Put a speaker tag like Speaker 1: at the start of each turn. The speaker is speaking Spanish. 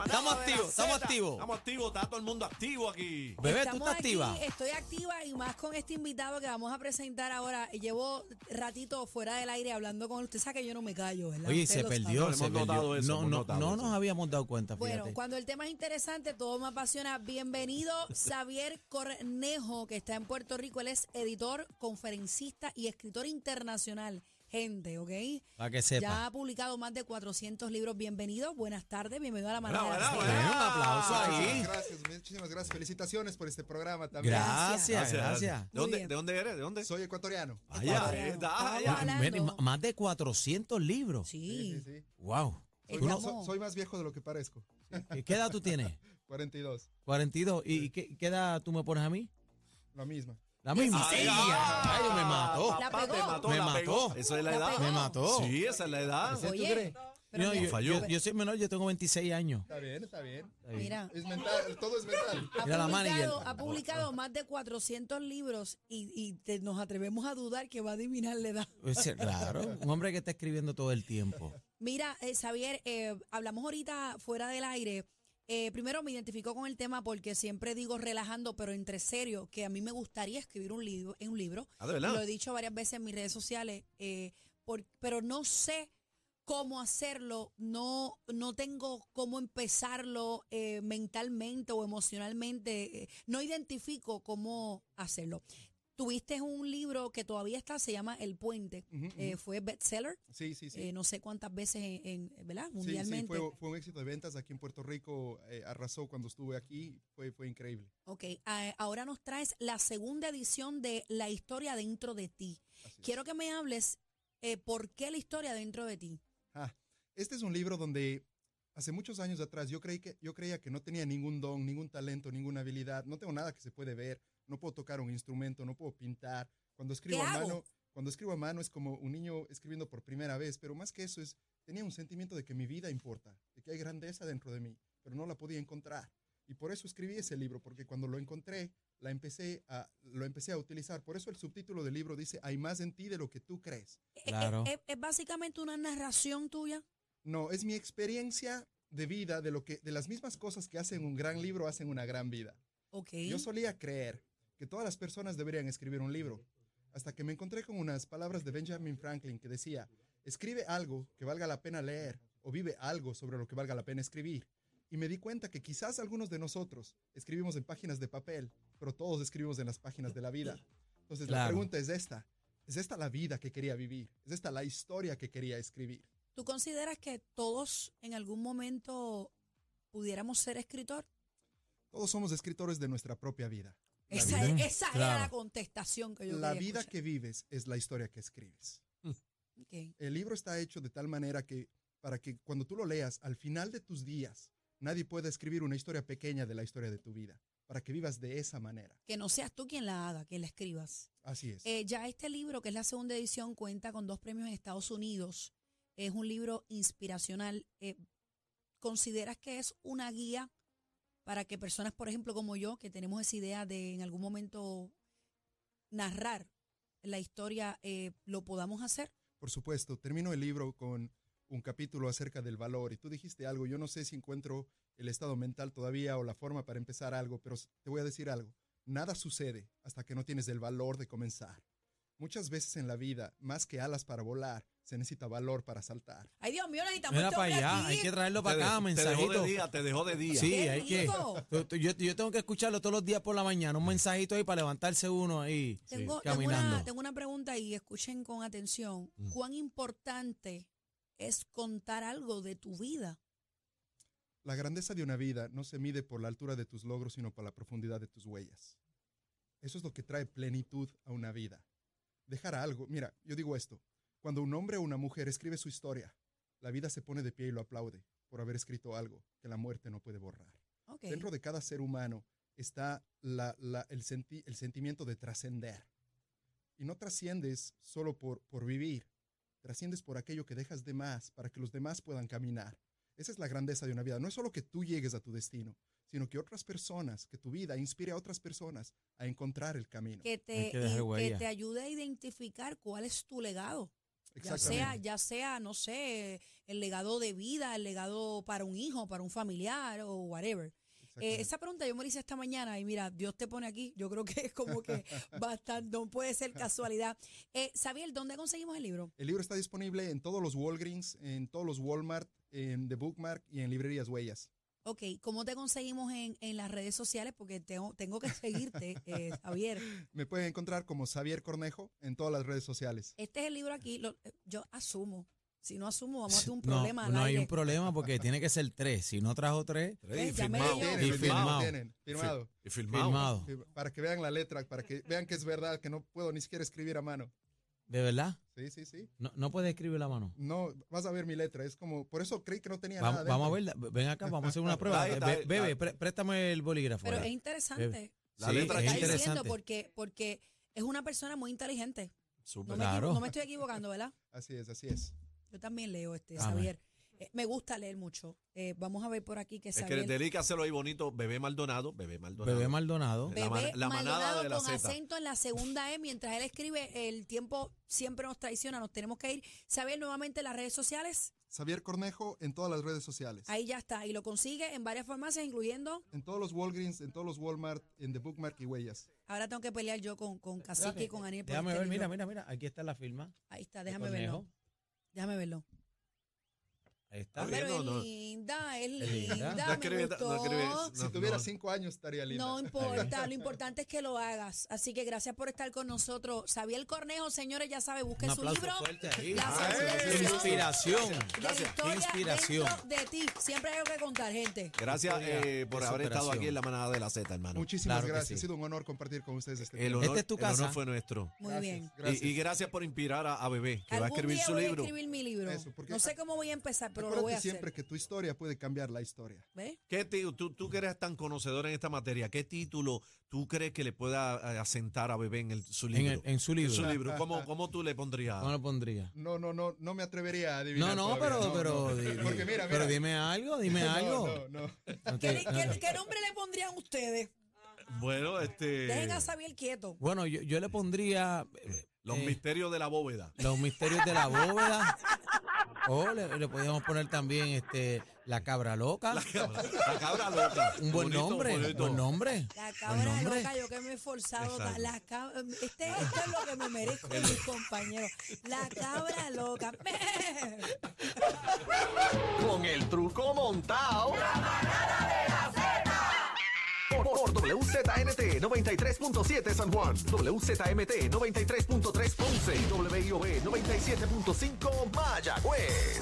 Speaker 1: activos, estamos
Speaker 2: Z.
Speaker 1: activos.
Speaker 2: Estamos activos, está todo el mundo activo aquí.
Speaker 1: Bebé, tú
Speaker 3: Estamos
Speaker 1: estás
Speaker 3: aquí,
Speaker 1: activa.
Speaker 3: Estoy activa y más con este invitado que vamos a presentar ahora. Llevo ratito fuera del aire hablando con él. Usted sabe que yo no me callo, ¿verdad?
Speaker 1: Oye,
Speaker 3: Ustedes
Speaker 1: se
Speaker 3: lo
Speaker 1: perdió,
Speaker 3: saben.
Speaker 1: se
Speaker 2: Hemos notado
Speaker 1: perdió.
Speaker 2: eso,
Speaker 1: No,
Speaker 2: hemos
Speaker 1: no,
Speaker 2: notado
Speaker 1: no
Speaker 2: eso.
Speaker 1: nos habíamos dado cuenta,
Speaker 3: Bueno,
Speaker 1: fíjate.
Speaker 3: cuando el tema es interesante, todo me apasiona. Bienvenido Xavier Cornejo, que está en Puerto Rico. Él es editor, conferencista y escritor internacional. Gente, ¿ok?
Speaker 1: Para que sepa.
Speaker 3: Ya ha publicado más de 400 libros. Bienvenido, buenas tardes, bienvenido a la manada.
Speaker 2: Bravo, bravo,
Speaker 1: Bueno, un
Speaker 2: bravo.
Speaker 1: aplauso ahí.
Speaker 4: Muchísimas gracias, muchísimas gracias. Felicitaciones por este programa también.
Speaker 1: Gracias,
Speaker 3: Gracias.
Speaker 1: gracias.
Speaker 2: ¿De
Speaker 3: Muy
Speaker 2: dónde,
Speaker 3: bien.
Speaker 2: ¿De dónde eres? ¿De dónde?
Speaker 4: Soy ecuatoriano.
Speaker 2: Allá,
Speaker 3: Ecuatoriano.
Speaker 2: eh, da,
Speaker 3: Estamos
Speaker 2: allá.
Speaker 3: hablando-
Speaker 1: Ven, y ma- más de 400 libros.
Speaker 3: Sí.
Speaker 1: Wow.
Speaker 4: Soy,
Speaker 3: Tú
Speaker 4: más,
Speaker 3: no-
Speaker 4: so- soy más viejo de lo que parezco.
Speaker 1: ¿Qué edad tú tienes?
Speaker 4: 42.
Speaker 1: 42. ¿Y qué, qué edad tú me pones a mí?
Speaker 4: La misma.
Speaker 1: La misma.
Speaker 2: Ay,
Speaker 1: Ay,
Speaker 2: ah,
Speaker 1: ay, me mató.
Speaker 3: La
Speaker 2: papá, te
Speaker 3: pegó.
Speaker 2: mató,
Speaker 1: Me
Speaker 2: la pegó.
Speaker 1: mató.
Speaker 2: Eso es la
Speaker 3: La
Speaker 2: edad.
Speaker 3: pegó. Me
Speaker 1: mató.
Speaker 2: Sí, esa es la edad.
Speaker 1: ¿Ese tú
Speaker 3: Oye,
Speaker 1: crees?
Speaker 3: pero
Speaker 1: No,
Speaker 3: mira,
Speaker 1: yo,
Speaker 2: Falló.
Speaker 1: yo- yo soy menor, yo tengo 26 años.
Speaker 4: Está bien, está bien.
Speaker 3: mira,
Speaker 4: Es mental, todo es mental.
Speaker 3: Ha
Speaker 1: Mira la manager.
Speaker 3: publicado, ha publicado más de 400 libros y, y te- nos atrevemos a dudar que va a adivinar la edad.
Speaker 1: Es Claro, un hombre que está escribiendo todo el tiempo.
Speaker 3: Mira, eh, Xavier, eh, hablamos ahorita fuera del aire. Eh, primero me identifico con el tema porque siempre digo relajando, pero entre serio, que a mí me gustaría escribir un libro, en un libro.
Speaker 2: Ah, de
Speaker 3: Lo
Speaker 2: verdad.
Speaker 3: he dicho varias veces en mis redes sociales, eh, por- pero no sé cómo hacerlo, no, no tengo cómo empezarlo eh, mentalmente o emocionalmente, eh, no identifico cómo hacerlo. Tuviste un libro que todavía está, se llama El Puente,
Speaker 4: Ujú, ujú.
Speaker 3: eh, fue bestseller.
Speaker 4: sí, sí, sí.
Speaker 3: Eh, no sé cuántas veces en, en- ¿verdad?
Speaker 4: Sí, sí,
Speaker 3: Mundialmente.
Speaker 4: fue, fue un éxito de ventas aquí en Puerto Rico. eh, arrasó cuando estuve aquí. Fue, fue increíble.
Speaker 3: Ok, ah, ahora nos traes la segunda edición de La historia dentro de ti.
Speaker 4: Así es.
Speaker 3: Quiero que me hables eh, por qué la historia dentro de ti.
Speaker 4: Este es un libro donde hace muchos años atrás yo, creí que, yo creía que no tenía ningún don, ningún talento, ninguna habilidad, no tengo nada que se puede ver, no puedo tocar un instrumento, no puedo pintar. Cuando escribo a
Speaker 3: hago?
Speaker 4: mano, cuando escribo a mano es como un niño escribiendo por primera vez, pero más que eso es tenía un sentimiento de que mi vida importa, de que hay grandeza dentro de mí, pero no la podía encontrar. Y por eso escribí ese libro, porque cuando lo encontré, la empecé a, lo empecé a utilizar. Por eso el subtítulo del libro dice, hay más en ti de lo que tú crees.
Speaker 3: Eh, eh,
Speaker 1: Claro.
Speaker 3: Es, es básicamente una narración tuya.
Speaker 4: No, es mi experiencia de vida, de lo que, de las mismas cosas que hacen un gran libro, hacen una gran vida.
Speaker 3: Ok.
Speaker 4: Yo solía creer que todas las personas deberían escribir un libro, hasta que me encontré con unas palabras de Benjamin Franklin que decía, escribe algo que valga la pena leer o vive algo sobre lo que valga la pena escribir. Y me di cuenta que quizás algunos de nosotros escribimos en páginas de papel, pero todos escribimos en las páginas de la vida. Entonces la
Speaker 1: Claro.
Speaker 4: pregunta es esta, ¿es esta la vida que quería vivir? ¿Es esta la historia que quería escribir?
Speaker 3: ¿Tú consideras que todos en algún momento pudiéramos ser escritor?
Speaker 4: Todos somos escritores de nuestra propia vida. La
Speaker 3: Esa,
Speaker 1: vida.
Speaker 3: es- esa era
Speaker 1: Claro.
Speaker 3: la contestación que yo pues,
Speaker 4: La
Speaker 3: quería
Speaker 4: vida
Speaker 3: escuchar.
Speaker 4: que vives es la historia que escribes.
Speaker 3: Ok.
Speaker 4: El libro está hecho de tal manera que para que cuando tú lo leas al final de tus días, nadie pueda escribir una historia pequeña de la historia de tu vida, para que vivas de esa manera.
Speaker 3: Que no seas tú quien la haga, quien la escribas.
Speaker 4: Así es.
Speaker 3: Eh, ya este libro, que es la segunda edición, cuenta con dos premios en Estados Unidos. Es un libro inspiracional. Eh, ¿Consideras que es una guía para que personas, por ejemplo, como yo, que tenemos esa idea de en algún momento narrar la historia, eh, lo podamos hacer?
Speaker 4: Por supuesto, termino el libro con un capítulo acerca del valor y tú dijiste algo, yo no sé si encuentro el estado mental todavía o la forma para empezar algo, pero s- te voy a decir algo, nada sucede hasta que no tienes el valor de comenzar. Muchas veces en la vida, más que alas para volar, se necesita valor para saltar.
Speaker 3: Ay, Dios mío, necesitamos
Speaker 1: Mira
Speaker 3: este
Speaker 1: para
Speaker 3: hombre
Speaker 1: allá,
Speaker 3: aquí.
Speaker 1: hay que traerlo para
Speaker 2: Te de-
Speaker 1: acá,
Speaker 2: Te dejó
Speaker 1: mensajito.
Speaker 2: de día, te dejó de día.
Speaker 1: Sí,
Speaker 3: ¡Qué
Speaker 1: hay que.
Speaker 3: rico!
Speaker 1: tú- tú- Yo, yo tengo que escucharlo todos los días por la mañana, un mensajito ahí para levantarse uno ahí.
Speaker 3: Tengo, tengo
Speaker 1: Caminando.
Speaker 3: una, tengo una pregunta y escuchen con atención.
Speaker 2: Mm.
Speaker 3: ¿Cuán importante es contar algo de tu vida?
Speaker 4: La grandeza de una vida no se mide por la altura de tus logros, sino por la profundidad de tus huellas. Eso es lo que trae plenitud a una vida. Dejar algo. Mira, yo digo esto. Cuando un hombre o una mujer escribe su historia, la vida se pone de pie y lo aplaude por haber escrito algo que la muerte no puede borrar.
Speaker 3: Ok.
Speaker 4: Dentro de cada ser humano está la- la- el, senti- el sentimiento de trascender. Y no trasciendes solo por, por vivir, trasciendes por aquello que dejas de más para que los demás puedan caminar. Esa es la grandeza de una vida. No es solo que tú llegues a tu destino, sino que otras personas, que tu vida inspire a otras personas a encontrar el camino.
Speaker 3: que te,
Speaker 1: que dejar
Speaker 3: y que
Speaker 1: huella.
Speaker 3: te ayude a identificar cuál es tu legado. Ya
Speaker 4: Exactamente.
Speaker 3: sea, eh, ya sea, no sé, el legado de vida, el legado para un hijo, para un familiar o whatever. Eh,
Speaker 4: Exactamente.
Speaker 3: esa pregunta yo me la hice esta mañana y mira, Dios te pone aquí. Yo creo que es como que bastante, no puede ser casualidad. Eh, Xavier, ¿dónde conseguimos el libro?
Speaker 4: El libro está disponible en todos los Walgreens, en todos los Walmart, en The Bookmark y en Librerías Huellas.
Speaker 3: Ok, ¿cómo te conseguimos en, en las redes sociales? Porque tengo, tengo que seguirte, eh, Javier.
Speaker 4: Me pueden encontrar como Xavier Cornejo en todas las redes sociales.
Speaker 3: Este es el libro aquí, lo- yo asumo. Si no asumo, vamos a tener un
Speaker 1: No,
Speaker 3: problema al
Speaker 1: no hay
Speaker 3: aire.
Speaker 1: un problema porque tiene que ser tres. Si no trajo tres,
Speaker 2: Freddy,
Speaker 3: Ves, ya me
Speaker 2: firmado.
Speaker 3: dio.
Speaker 4: Tienen,
Speaker 1: Y
Speaker 4: lo tienen,
Speaker 1: firmado.
Speaker 4: lo tienen, firmado.
Speaker 2: Y firmado.
Speaker 1: firmado.
Speaker 4: Fir- Para que vean la letra, para que vean que es verdad, que no puedo ni siquiera escribir a mano.
Speaker 1: ¿De verdad?
Speaker 4: Sí, sí, sí.
Speaker 1: No, no puede escribir la mano.
Speaker 4: No, vas a ver mi letra. Es como, por eso creí que no tenía
Speaker 1: Vamos,
Speaker 4: nada.
Speaker 1: vamos a
Speaker 4: dentro.
Speaker 1: verla. Ven acá, vamos a hacer una prueba.
Speaker 2: Está ahí, está
Speaker 1: Be-
Speaker 2: ahí,
Speaker 1: Bebe,
Speaker 2: está.
Speaker 1: pré- préstame el bolígrafo.
Speaker 3: Pero
Speaker 1: ahora.
Speaker 3: es interesante.
Speaker 2: La
Speaker 1: Sí,
Speaker 2: letra
Speaker 1: es
Speaker 3: está
Speaker 2: chica.
Speaker 3: diciendo
Speaker 1: interesante.
Speaker 3: porque, porque es una persona muy inteligente. No
Speaker 2: Súper.
Speaker 3: me,
Speaker 1: Claro.
Speaker 3: equivo- no me estoy equivocando, ¿verdad?
Speaker 4: Así es, así es.
Speaker 3: Yo también leo este,
Speaker 1: Amén.
Speaker 3: Xavier. Eh, me gusta leer mucho. Eh, vamos a ver por aquí que
Speaker 2: Es que
Speaker 3: Xavier.
Speaker 2: dedícaselo ahí bonito, bebé Maldonado, bebé Maldonado.
Speaker 1: Bebé Maldonado.
Speaker 2: la
Speaker 3: Bebé
Speaker 2: man- la manada
Speaker 3: Maldonado
Speaker 2: de la
Speaker 3: con
Speaker 2: Zeta.
Speaker 3: acento en la segunda E, mientras él escribe, el tiempo siempre nos traiciona, nos tenemos que ir. Xavier, nuevamente las redes sociales,
Speaker 4: Xavier Cornejo en todas las redes sociales.
Speaker 3: ahí ya está. Y lo consigue en varias farmacias, incluyendo,
Speaker 4: En todos los Walgreens, en todos los Walmart, en The Bookmark y Huellas.
Speaker 3: ahora tengo que pelear yo con, con Cacique y con Aniel. por
Speaker 1: Déjame
Speaker 3: este
Speaker 1: ver, mira,
Speaker 3: libro.
Speaker 1: mira, mira. Aquí está la firma.
Speaker 3: Ahí está,
Speaker 1: de
Speaker 3: déjame
Speaker 1: Cornejo.
Speaker 3: verlo. Déjame verlo.
Speaker 1: Ahí está.
Speaker 2: Está bien.
Speaker 3: Pero es
Speaker 2: no, no.
Speaker 3: linda, es
Speaker 1: Es linda.
Speaker 2: No
Speaker 3: linda. me
Speaker 2: escribe- no
Speaker 3: gustó.
Speaker 2: escribe-
Speaker 4: Si
Speaker 2: No,
Speaker 4: tuviera
Speaker 2: no.
Speaker 4: cinco años estaría linda.
Speaker 3: No importa, lo importante es que lo hagas. Así que gracias por estar con nosotros. Xavier Cornejo, señores, ya sabe, busque su libro.
Speaker 1: fuerte ahí.
Speaker 3: La
Speaker 1: Ah,
Speaker 3: sensación.
Speaker 1: Inspiración.
Speaker 3: de la
Speaker 2: Gracias.
Speaker 3: historia
Speaker 1: Inspiración.
Speaker 3: dentro de ti. Siempre hay algo que contar, gente.
Speaker 2: Gracias eh, por
Speaker 1: Este de
Speaker 2: haber estado
Speaker 1: superación.
Speaker 2: aquí en la manada de la Z, hermano.
Speaker 4: Muchísimas
Speaker 1: Claro que
Speaker 4: gracias.
Speaker 1: sí.
Speaker 4: Ha sido un honor compartir con ustedes este
Speaker 2: El
Speaker 4: tiempo.
Speaker 2: honor,
Speaker 1: Esta es tu
Speaker 2: el honor
Speaker 1: casa.
Speaker 2: fue nuestro.
Speaker 3: Muy
Speaker 4: Gracias,
Speaker 3: bien.
Speaker 4: Gracias.
Speaker 2: Y, y gracias por inspirar a, a Bebé, que va a
Speaker 3: Algún
Speaker 2: escribir
Speaker 3: día
Speaker 2: su
Speaker 3: voy
Speaker 2: libro.
Speaker 3: a escribir mi libro.
Speaker 4: Eso, porque-
Speaker 3: no sé cómo voy a empezar, pero lo
Speaker 4: Acuérdate
Speaker 3: voy a hacer.
Speaker 4: siempre que tu historia puede cambiar la historia.
Speaker 3: ¿Ve?
Speaker 2: ¿Qué ti- tú, tú que eres tan conocedor en esta materia, ¿qué título tú crees que le pueda eh, asentar a Bebé en el- su
Speaker 1: En,
Speaker 2: libro?
Speaker 1: el- en su
Speaker 2: En
Speaker 1: libro.
Speaker 2: su libro. ¿Cómo, cómo tú le pondrías?
Speaker 1: ¿Cómo lo pondría?
Speaker 4: No, no, no, no me atrevería a
Speaker 1: No,
Speaker 4: adivinar.
Speaker 1: no,
Speaker 4: todavía.
Speaker 1: pero, pero,
Speaker 4: no.
Speaker 1: di- di-
Speaker 4: Porque mira, mira.
Speaker 1: pero dime algo, dime
Speaker 4: No,
Speaker 1: algo.
Speaker 4: No, no.
Speaker 1: No
Speaker 3: ¿Qué,
Speaker 1: te- no
Speaker 3: qué-
Speaker 1: te-
Speaker 3: qué nombre le pondrían ustedes?
Speaker 2: bueno, este.
Speaker 3: Dejen a Xavier quieto.
Speaker 1: Bueno, yo, yo le pondría eh,
Speaker 2: Los
Speaker 1: eh,
Speaker 2: misterios de la bóveda.
Speaker 1: los misterios de la bóveda. O le, le podíamos poner también este la cabra loca.
Speaker 2: La cabra loca.
Speaker 1: un buen
Speaker 2: Bonito,
Speaker 1: nombre,
Speaker 2: bonito.
Speaker 1: buen nombre.
Speaker 3: La
Speaker 1: Buen
Speaker 3: cabra
Speaker 1: nombre.
Speaker 3: loca, yo que me he esforzado.
Speaker 2: Exacto.
Speaker 3: la ca- este, esto es lo que me merezco de mis compañeros. La cabra loca.
Speaker 5: con el truco montado. La manada de la Z. Por, por WZNT 93.7 San Juan, WZMT 93.3 Ponce y WIOB 97.5 Mayagüez.